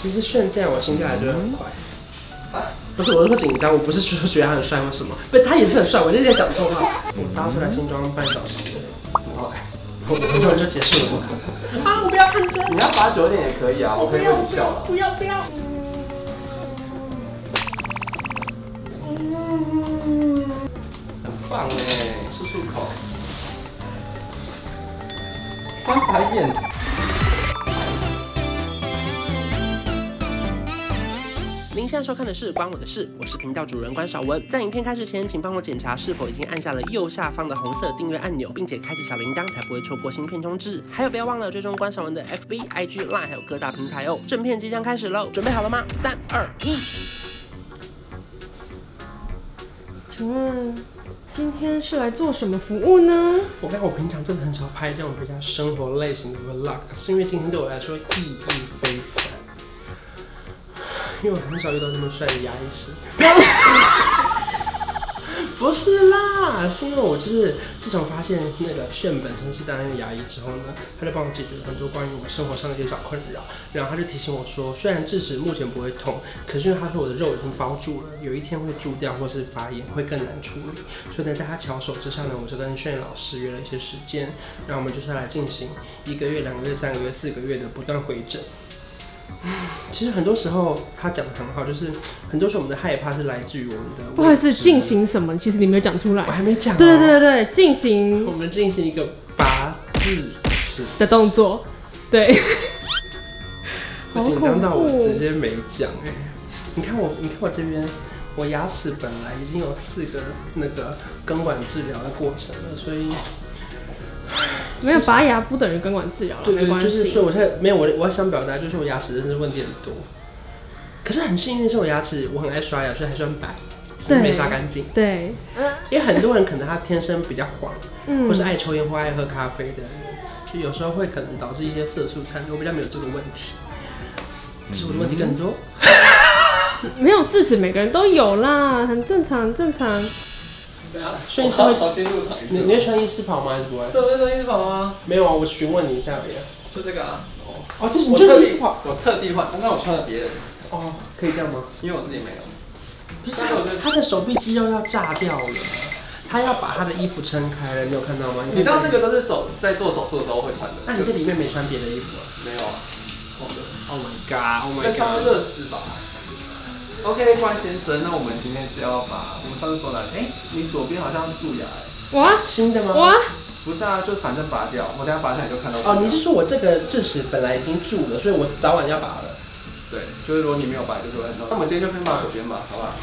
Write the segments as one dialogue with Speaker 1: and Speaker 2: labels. Speaker 1: 其实炫技我心跳还是很快。不是，我是说紧张，我不是说觉得他很帅或什么，不是他也是很帅，我那天讲错话，我搭出来新庄半小时，然
Speaker 2: 哦
Speaker 1: 后哎，我我终于就结束了。啊，我不要看这，
Speaker 2: 你要罚久一点也可以啊，我可以为你笑了。
Speaker 1: 不要不要。
Speaker 2: 很棒哎，漱漱口，翻白眼。
Speaker 1: 您现在收看的是《关我的事》，我是频道主人关少文。在影片开始前，请帮我检查是否已经按下了右下方的红色订阅按钮，并且开启小铃铛，才不会错过新片通知。还有，不要忘了追踪关少文的 FB、IG、Line，还有各大平台哦。正片即将开始喽，准备好了吗？三、二、一。
Speaker 3: 请问今天是来做什么服务呢？
Speaker 1: 我看我平常真的很少拍这种比较生活类型的 vlog，可是因为今天对我来说意义非凡，因为我很少遇到这么帅的牙医师。不是啦，是因为我就是自从发现那个炫本身是担任牙医之后呢，他就帮我解决了很多关于我生活上的一些小困扰，然后他就提醒我说，虽然智齿目前不会痛，可是因为他说我的肉已经包住了，有一天会蛀掉或是发炎，会更难处理。所以呢，在他巧手之上呢，我就跟炫老师约了一些时间，然后我们就是来进行一个月、两个月、三个月、四个月的不断回 诊。嗯其实很多时候他讲的很好，就是很多时候我们的害怕是来自于我们的
Speaker 3: 不好意思，
Speaker 1: 未知
Speaker 3: 进行什么？其实你没有讲出
Speaker 1: 我
Speaker 3: 来。
Speaker 1: 还没讲、哦。
Speaker 3: 对对对对对，进
Speaker 1: 我
Speaker 3: 行
Speaker 1: 们进行一个拔智齿，
Speaker 3: 的动作，对，
Speaker 1: 我
Speaker 3: 好
Speaker 1: 紧张到我
Speaker 3: 恐怖哦
Speaker 1: 直接没讲哎、你看我，你看我这边，我牙齿本来已经有四个那个根管治疗的过程了，所以
Speaker 3: 没有拔牙不等于根管治疗了，
Speaker 1: 对
Speaker 3: 哦没
Speaker 1: 对，
Speaker 3: 关
Speaker 1: 就
Speaker 3: 系。
Speaker 1: 是所以我现在没有我我想表达就是我牙齿真的是问题很多，可是很幸运是我牙齿我很爱刷牙，所以还算白，只是
Speaker 3: 对
Speaker 1: 没刷干净。
Speaker 3: 对，
Speaker 1: 因为很多人可能他天生比较黄，
Speaker 3: 嗯
Speaker 1: 或是爱抽烟或爱喝咖啡的人，就有时候会可能导致一些色素残留，我比较没有这个问题，只是我的问题更多。
Speaker 3: 没有智齿，每个人都有啦，很正常，很正常。
Speaker 2: 啊
Speaker 1: 所以是会
Speaker 2: 重新入场
Speaker 1: 嗯
Speaker 2: 一
Speaker 1: 你你会穿医师袍吗？还是不会？
Speaker 2: 这边穿衣服吗？
Speaker 1: 没有啊，我询问你一下而已啊。
Speaker 2: 就这个啊。
Speaker 1: 哦，这是
Speaker 2: 我
Speaker 1: 你就
Speaker 2: 特
Speaker 1: 是医师
Speaker 2: 地
Speaker 1: 袍
Speaker 2: 我特地换，但是我穿了别人，
Speaker 1: 哦，可以这样吗？
Speaker 2: 因为我自己没有。
Speaker 1: 不是，他的手臂肌肉要炸掉了，他要把他的衣服撑开了，你有看到吗？
Speaker 2: 你知道这个？都是手在做手术的时候会穿的，
Speaker 1: 那你在里面没穿别的衣服啊
Speaker 2: 没有啊？我的。
Speaker 1: ？Oh my god! Oh
Speaker 2: 在
Speaker 1: my
Speaker 2: 差不
Speaker 1: god!
Speaker 2: 多热死吧。OK，关先生，那我们今天是要把我们上次说的，哎、你左边好像蛀牙、哎，
Speaker 3: 哇
Speaker 1: 新的吗？
Speaker 3: 哇，
Speaker 2: 不是啊，就反正拔掉，我等下拔下来就看到蛀牙。
Speaker 1: 哦，你是说我这个智齿本来已经蛀了，所以我早晚要拔了。
Speaker 2: 对，就是如果你没有拔，就是会很痛。那我们今天就先把左边拔，好不好？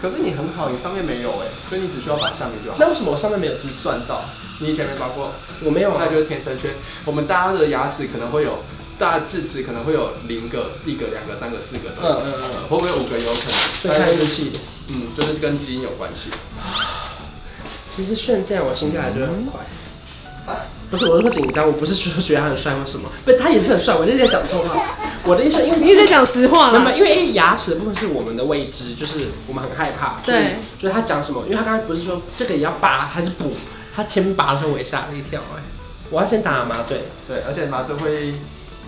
Speaker 2: 可是你很好，你上面没有哎、所以你只需要把下面就好。
Speaker 1: 那为什么我上面没有智
Speaker 2: 你算到，你以前没拔过，
Speaker 1: 我没有啊
Speaker 2: 那，就是天生缺。我们大家的牙齿可能会有，大智齿可能会有零个、一个、两个、三个、四个
Speaker 1: 嗯
Speaker 2: 的，
Speaker 1: 嗯嗯，
Speaker 2: 会不会五个有可能？
Speaker 1: 所以看运气。
Speaker 2: 嗯，就是跟基因有关系。
Speaker 1: 其实炫这样我心跳还是很快。不是，我是说紧张，我不是说觉得他很帅或什么，不是他也是很帅，我那天讲错话。我的意思，因为
Speaker 3: 你也在讲实话
Speaker 1: 没有，没有
Speaker 3: 啦。
Speaker 1: 因为因为牙齿的部分是我们的未知，就是我们很害怕。所以
Speaker 3: 对，
Speaker 1: 就是他讲什么，因为他刚才不是说这个也要拔还是补，他前面拔的时候我也吓了一跳哎、我要先打麻醉，
Speaker 2: 对，而且麻醉会，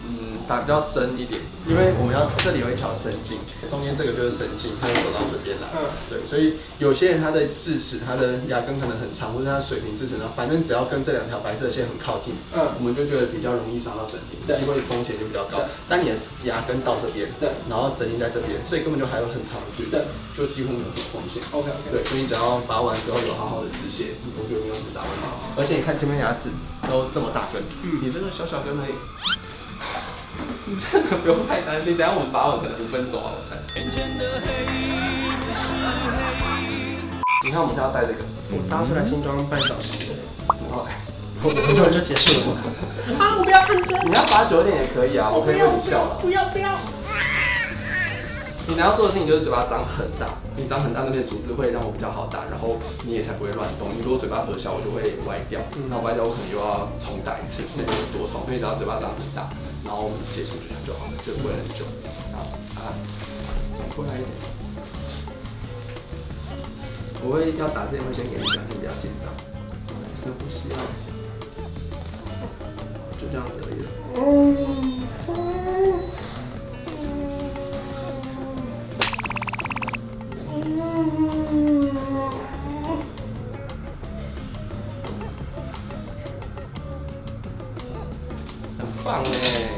Speaker 2: 嗯，打比较深一点，
Speaker 1: 嗯
Speaker 2: 因为我们要这里有一条神经，中间这个就是神经，它会走到这边来。
Speaker 1: 嗯
Speaker 2: 对，所以有些人他的智齿、他的牙根可能很长，或者他水平智齿呢，反正只要跟这两条白色的线很靠近，
Speaker 1: 嗯，
Speaker 2: 我们就觉得比较容易伤到神经，
Speaker 1: 对
Speaker 2: 机会风险就比较高
Speaker 1: 对。
Speaker 2: 但你的牙根到这边，
Speaker 1: 对，
Speaker 2: 然后神经在这边，所以根本就还有很长的距离
Speaker 1: 对，
Speaker 2: 就几乎没有什么风险。
Speaker 1: ，OK OK，
Speaker 2: 对，所以你只要拔完之后有好好的止血，我觉得没有什么大问题。
Speaker 1: 嗯
Speaker 2: 而且你看前面牙齿都这么大根，你这个小小根而已。你真的 不用太担心，等下我们拔完可能五分钟啊，我猜。你看我们现在要戴这个，
Speaker 1: 我搭出来新装半小时，
Speaker 2: 然后哎
Speaker 1: 我我终于就结束了。
Speaker 2: 你要拔久一点也可以啊，我可以为你笑了。不要不要。你能要做的事情就是嘴巴张很大，你张很大那边组织会让我比较好打，然后你也才不会乱动。你如果嘴巴合小，我就会歪掉，那我歪掉我可能又要重打一次，那就多痛。所以只要嘴巴张很大，然后我们结束就就好了，就不会很久。好啊，转过来一点。我会要打之前会先给你讲，你不要紧张，深呼吸啊，就这样子而已了。
Speaker 3: 嗯
Speaker 2: 哎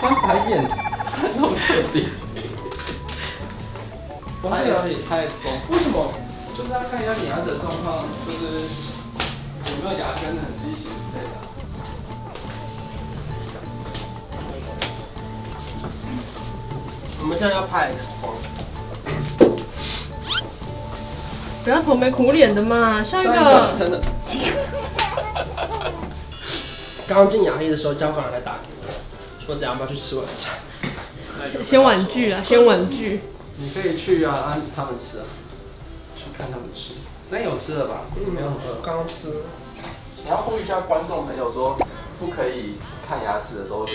Speaker 2: 翻白眼，那么彻底。
Speaker 1: 我
Speaker 2: 他
Speaker 1: 不
Speaker 2: 也
Speaker 1: 了
Speaker 2: 是
Speaker 1: 解，
Speaker 2: 他也是疯，
Speaker 1: 为什么？
Speaker 2: 就是要看一下你牙齿的状况，就是有没有牙根很畸形之类的啊。
Speaker 1: 我们现在要拍 X 光。
Speaker 3: 不要愁眉苦脸的嘛，上一
Speaker 2: 上一
Speaker 3: 个
Speaker 2: 个真的，
Speaker 1: 刚刚进牙医的时候，交管还打给我，说等下要不要去吃晚餐。
Speaker 3: 先婉拒啊，先婉拒。
Speaker 2: 你可以去啊，安他们吃啊，去看他们吃。那有吃了吧？没有很饿。
Speaker 1: 刚刚吃。
Speaker 2: 你要呼吁一下观众朋友说，不可以看牙齿的时候就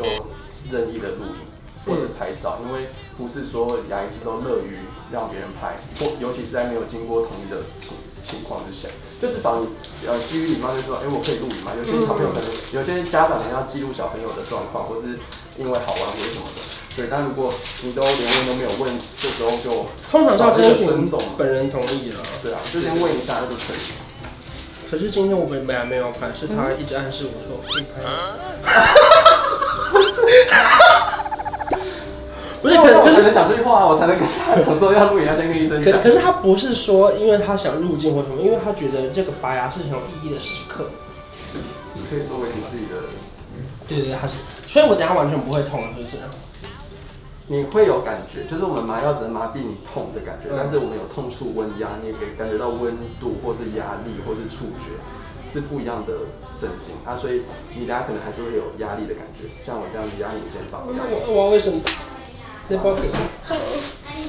Speaker 2: 任意的录影或者拍照，因为不是说牙医师都乐于让别人拍，或尤其是在没有经过同意的情情况之下，就至少你呃基于礼貌就说，哎、我可以录影吗？有些小朋友可能有些家长可能要记录小朋友的状况，或是因为好玩或者什么的。对，但如果你都连问都没有问，这时候就
Speaker 1: 通常照
Speaker 2: 少了
Speaker 1: 征
Speaker 2: 一个尊
Speaker 1: 询
Speaker 2: 重。
Speaker 1: 本人同意了，
Speaker 2: 对啊，就先问一下那就可以了。
Speaker 1: 可是今天我本来没有拍，是他一直暗示我说我可以拍。不是，可
Speaker 2: 我
Speaker 1: 可
Speaker 2: 才
Speaker 1: 是
Speaker 2: 能讲这句话，我才能跟他讲说要录影要先跟医生
Speaker 1: 可
Speaker 2: 讲。
Speaker 1: 可是他不是说因为他想入境或什么，因为他觉得这个拔牙是很有意义的时刻。
Speaker 2: 你可以作为你自己的，
Speaker 1: 对对对，他是。虽然我等下完全不会痛，是不是？
Speaker 2: 你会有感觉，就是我们麻药只能麻痹你痛的感觉，
Speaker 1: 嗯
Speaker 2: 但是我们有痛处温压，你也可以感觉到温度或是压力或是触觉。是不一样的神经啊，所以你大家可能还是会有压力的感觉，像我这样子压你的肩膀一样，
Speaker 1: 我我为什么？那包给我。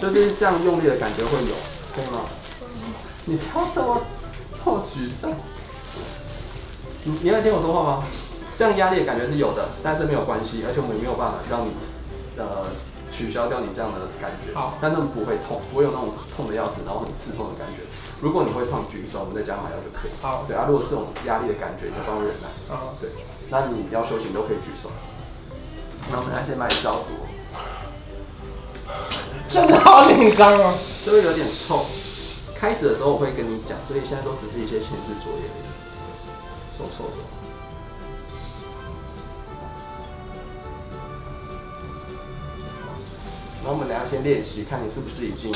Speaker 2: 就是这样用力的感觉会有，可以吗？你不要这么这么沮丧。你你有听我说话吗？这样压力的感觉是有的，但是没有关系，而且我们没有办法让你呃取消掉你这样的感觉。
Speaker 1: 好
Speaker 2: 但那种不会痛，不会有那种痛的要死，然后很刺痛的感觉。如果你会痛，举手，我们再加麻药就可以。
Speaker 1: 好
Speaker 2: 对啊，如果这种压力的感觉，你要帮我忍耐。
Speaker 1: 好
Speaker 2: 对，那你要休息，你都可以举手。那我们来先把你消毒，
Speaker 1: 真的好紧张哦。
Speaker 2: 就会有点臭。开始的时候我会跟你讲，所以现在都只是一些前置作业而已，臭臭的。然后我们等一下先练习，看你是不是已经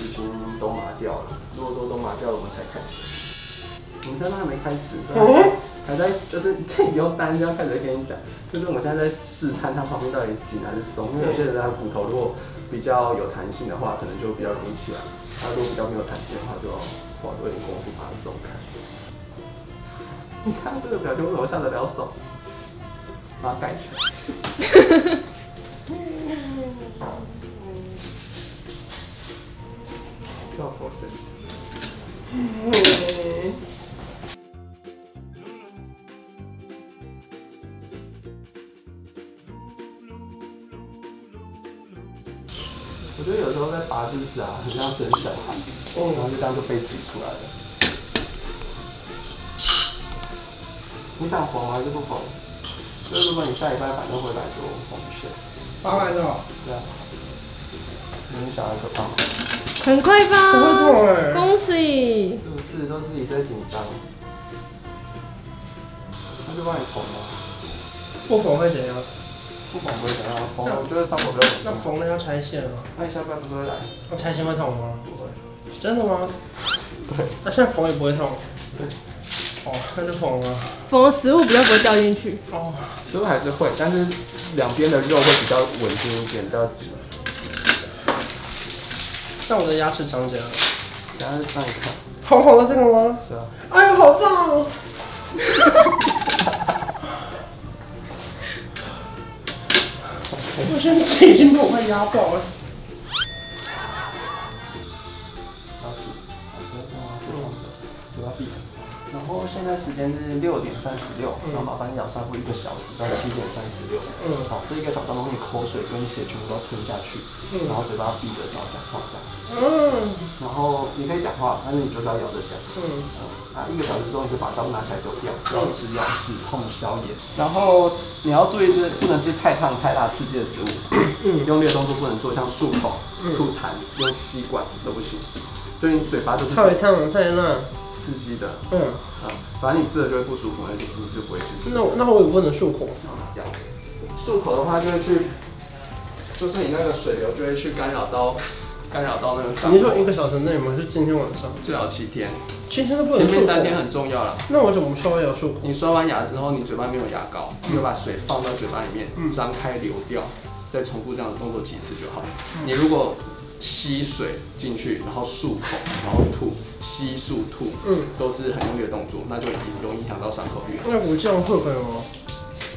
Speaker 2: 已经都麻掉了。如果说都麻掉了，我们才开始。我们刚刚还没开始，对啊还在就是 这你不用担心，要开始跟你讲，就是我们现在在试探它旁边到底紧还是松，因为有些人他骨头如果比较有弹性的话，可能就比较容易起来；，他如果比较没有弹性的话，就要花多一点功夫把它松开。 你看这个表情，为什么下得了手？把它盖起来。跳脱绳子。我觉得有时候在拔智齿啊，很像生小孩，然后就这样就被挤出来了。你想缝还是不缝？就是如果你下礼拜反正回来就缝一下，
Speaker 1: 八万的，
Speaker 2: 对啊。你小孩可怕吗？
Speaker 3: 很快
Speaker 1: 不会痛
Speaker 3: 吧？
Speaker 1: 哎。
Speaker 3: 恭喜！
Speaker 2: 是不是都是你在紧张？他就帮你缝吗？
Speaker 1: 不缝会怎样？
Speaker 2: 不缝不会怎样，缝了我觉得伤口不会很
Speaker 1: 那
Speaker 2: 痛。
Speaker 1: 缝了要拆线吗？
Speaker 2: 那你下班不会来？
Speaker 1: 那拆线会痛吗？
Speaker 2: 不会。
Speaker 1: 真的吗？
Speaker 2: 对。
Speaker 1: 那现在缝也不会痛
Speaker 2: 对。
Speaker 1: 哦，那就缝了。
Speaker 3: 缝了食物比较不会掉进去。
Speaker 1: 哦，
Speaker 2: 食物还是会，但是两边的肉会比较稳定一点，比较紧。
Speaker 1: 那我的牙齿长怎样？
Speaker 2: 然后让你看，
Speaker 1: 红红的这个吗？
Speaker 2: 是啊，
Speaker 1: 哎呦，好大 哦！我现在已经被我快压爆了。
Speaker 2: 要闭，不要动啊，不要动啊，嘴巴闭。然后现在时间是六点三十六，那麻烦你咬下播一个小时，到七点三十六。
Speaker 1: 嗯
Speaker 2: 好，这一个早上东西口水跟血全部都吞下去，然后嘴巴闭着，然后讲话这样。
Speaker 1: 嗯
Speaker 2: 然后你可以讲话，但是你就是要咬着讲。
Speaker 1: 嗯。
Speaker 2: 啊，一个小时之后你就把刀拿起来丢掉，不要吃药，止痛消
Speaker 1: 嗯
Speaker 2: 炎。然后你要注意是不能吃太烫、太辣、刺激的食物，
Speaker 1: 嗯
Speaker 2: 用力的动作不能做，像漱口、吐痰、用吸管都不行。所以你嘴巴就是
Speaker 1: 太烫，太辣。
Speaker 2: 刺激的，
Speaker 1: 嗯，
Speaker 2: 啊，反正你吃了就会不舒服，而且你是不会去吃。
Speaker 1: 那我那我也不能漱口。
Speaker 2: 咬，漱口的话就会去，就是你那个水流就会去干扰到干扰到那个伤
Speaker 1: 你是说一
Speaker 2: 口，
Speaker 1: 个小时内吗？是今天晚上？
Speaker 2: 最少七天，
Speaker 1: 其实都不
Speaker 2: 前
Speaker 1: 能
Speaker 2: 面
Speaker 1: 漱
Speaker 2: 三天
Speaker 1: 口。
Speaker 2: 很重要啦。
Speaker 1: 那我怎么刷牙漱口？
Speaker 2: 你刷完牙之后，你嘴巴没有牙膏，你就把水放到嘴巴里面
Speaker 1: 嗯，
Speaker 2: 张开流掉，再重复这样的动作几次就好。你如果吸水进去，然后漱口，然后吐，吸漱吐，
Speaker 1: 嗯
Speaker 2: 都是很用力的动作，那就容易影响到伤口愈合。
Speaker 1: 那我这样会不会哦？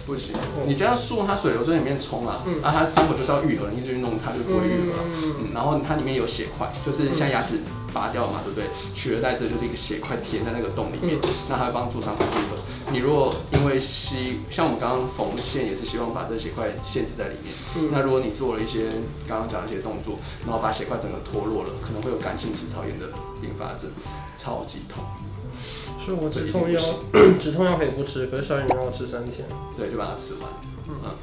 Speaker 2: 不行，你就要顺它水流在里面冲啊，
Speaker 1: 嗯
Speaker 2: 那它伤口就是要愈合，你一直去弄它就不会愈合啊
Speaker 1: 嗯。
Speaker 2: 嗯，然后它里面有血块，就是像牙齿拔掉了嘛，对不对？取而代之的就是一个血块填在那个洞里面
Speaker 1: 嗯，
Speaker 2: 那它会帮助伤口愈合。你如果因为吸，像我们刚刚缝线也是希望把这血块限制在里
Speaker 1: 嗯
Speaker 2: 面，那如果你做了一些刚刚讲的一些动作，然后把血块整个脱落了，可能会有感性食槽炎的并发症，超级痛，
Speaker 1: 所以我止痛药， 止痛药可以不吃，可是消炎药要吃三天。
Speaker 2: 对，就把它吃完。嗯，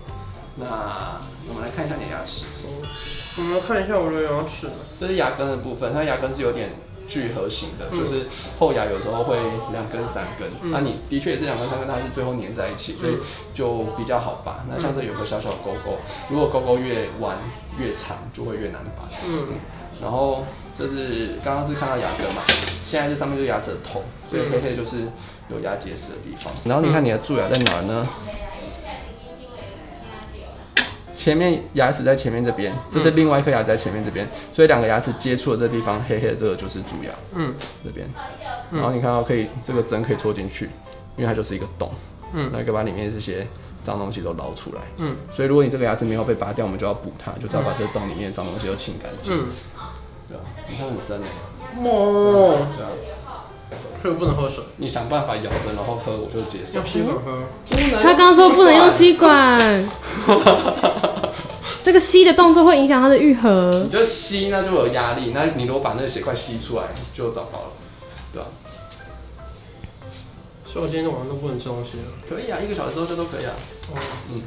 Speaker 2: 那我们来看一下你的牙齿。
Speaker 1: 嗯我们来看一下我的牙齿。
Speaker 2: 这是牙根的部分，它牙根是有点聚合型的，就是后牙有时候会两根三根，
Speaker 1: 嗯
Speaker 2: 那你的确也是两根三根，它是最后粘在一起，所以就比较好拔。那像这
Speaker 1: 嗯
Speaker 2: 有个小小的勾勾，如果勾勾越弯越长，就会越难拔。
Speaker 1: 嗯
Speaker 2: 然后这是刚刚是看到牙根嘛，现在这上面就是牙齿的头，所以黑黑就是有牙结石的地方。然后你看你的蛀牙在哪儿呢？前面牙齿在前面这边，这是另外一颗牙齿在前面这边，所以两个牙齿接触的这地方，黑黑的这个就是蛀牙
Speaker 1: 嗯
Speaker 2: 这边。然后你看到可以这个针可以戳进去，因为它就是一个洞，
Speaker 1: 嗯
Speaker 2: 那可以把里面这些脏东西都捞出来。
Speaker 1: 嗯
Speaker 2: 所以如果你这个牙齿没有被拔掉，我们就要补它，就是要把这个洞里面的脏东西都清干净。
Speaker 1: 嗯，
Speaker 2: 对啊，你看很深哎。
Speaker 1: 哦，
Speaker 2: 对啊，
Speaker 1: 所以不能喝水，
Speaker 2: 你想办法咬着然后喝，我就接受
Speaker 1: 要。吸管喝。
Speaker 3: 他刚说不能用吸管，这个吸的动作会影响它的愈合
Speaker 2: 你。就吸，那就有压力。那你如果把那个血块吸出来，就糟糕了，对啊吧、
Speaker 1: 所以我今天晚上都不能吃东西了。
Speaker 2: 可以啊，一个小时之后就都可以啊。
Speaker 1: 哦，
Speaker 2: 嗯，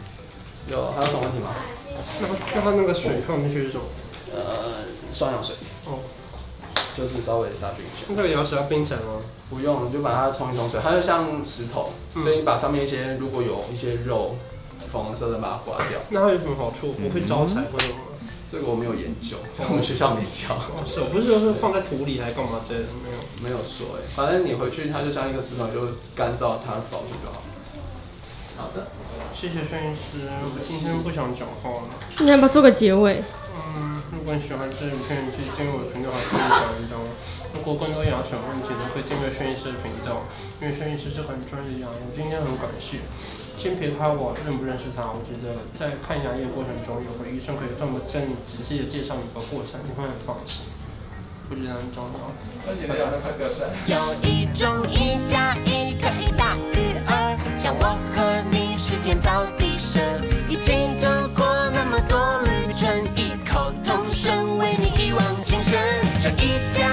Speaker 2: 有还有什么问题吗？
Speaker 1: 那那它那个水放进去是什么？
Speaker 2: 呃，双氧水
Speaker 1: 哦，
Speaker 2: 就是稍微杀菌一下，
Speaker 1: 那这个牙齿要冰起来吗？
Speaker 2: 不用你就把它冲一冲水，它就像石头，
Speaker 1: 嗯
Speaker 2: 所以你把上面一些如果有一些肉粉红色的把它刮掉。
Speaker 1: 那它有什么好处？不会招财或者什么？
Speaker 2: 这个我没有研 究，我们学校没教，
Speaker 1: 哦，是，我不是说是放在土里还干嘛之类的，没有。
Speaker 2: 没有说哎、反正你回去它就像一个石头，你就干燥它保存就好。好的。
Speaker 1: 谢谢摄影师，我今天不想讲话了。
Speaker 3: 你要不要做个结尾？
Speaker 1: 嗯，如果你喜欢这影片，记得订阅我的频道和订阅小铃铛。如果更多牙齿有问题呢，可以订阅轩医师的频道，因为轩医师是很专业的牙医。今天很感谢，先别拍我认不认识他，我觉得在看牙医的过程中，有个医生可以这么跟你仔细的介绍你的过程，你会很放心。不觉得很重要。
Speaker 2: 而且聊得快割晒。
Speaker 4: 有一种一加一可以大于二，像我和你是天造地设，一起走过那么多旅程，异口同声为你一往情深。这一加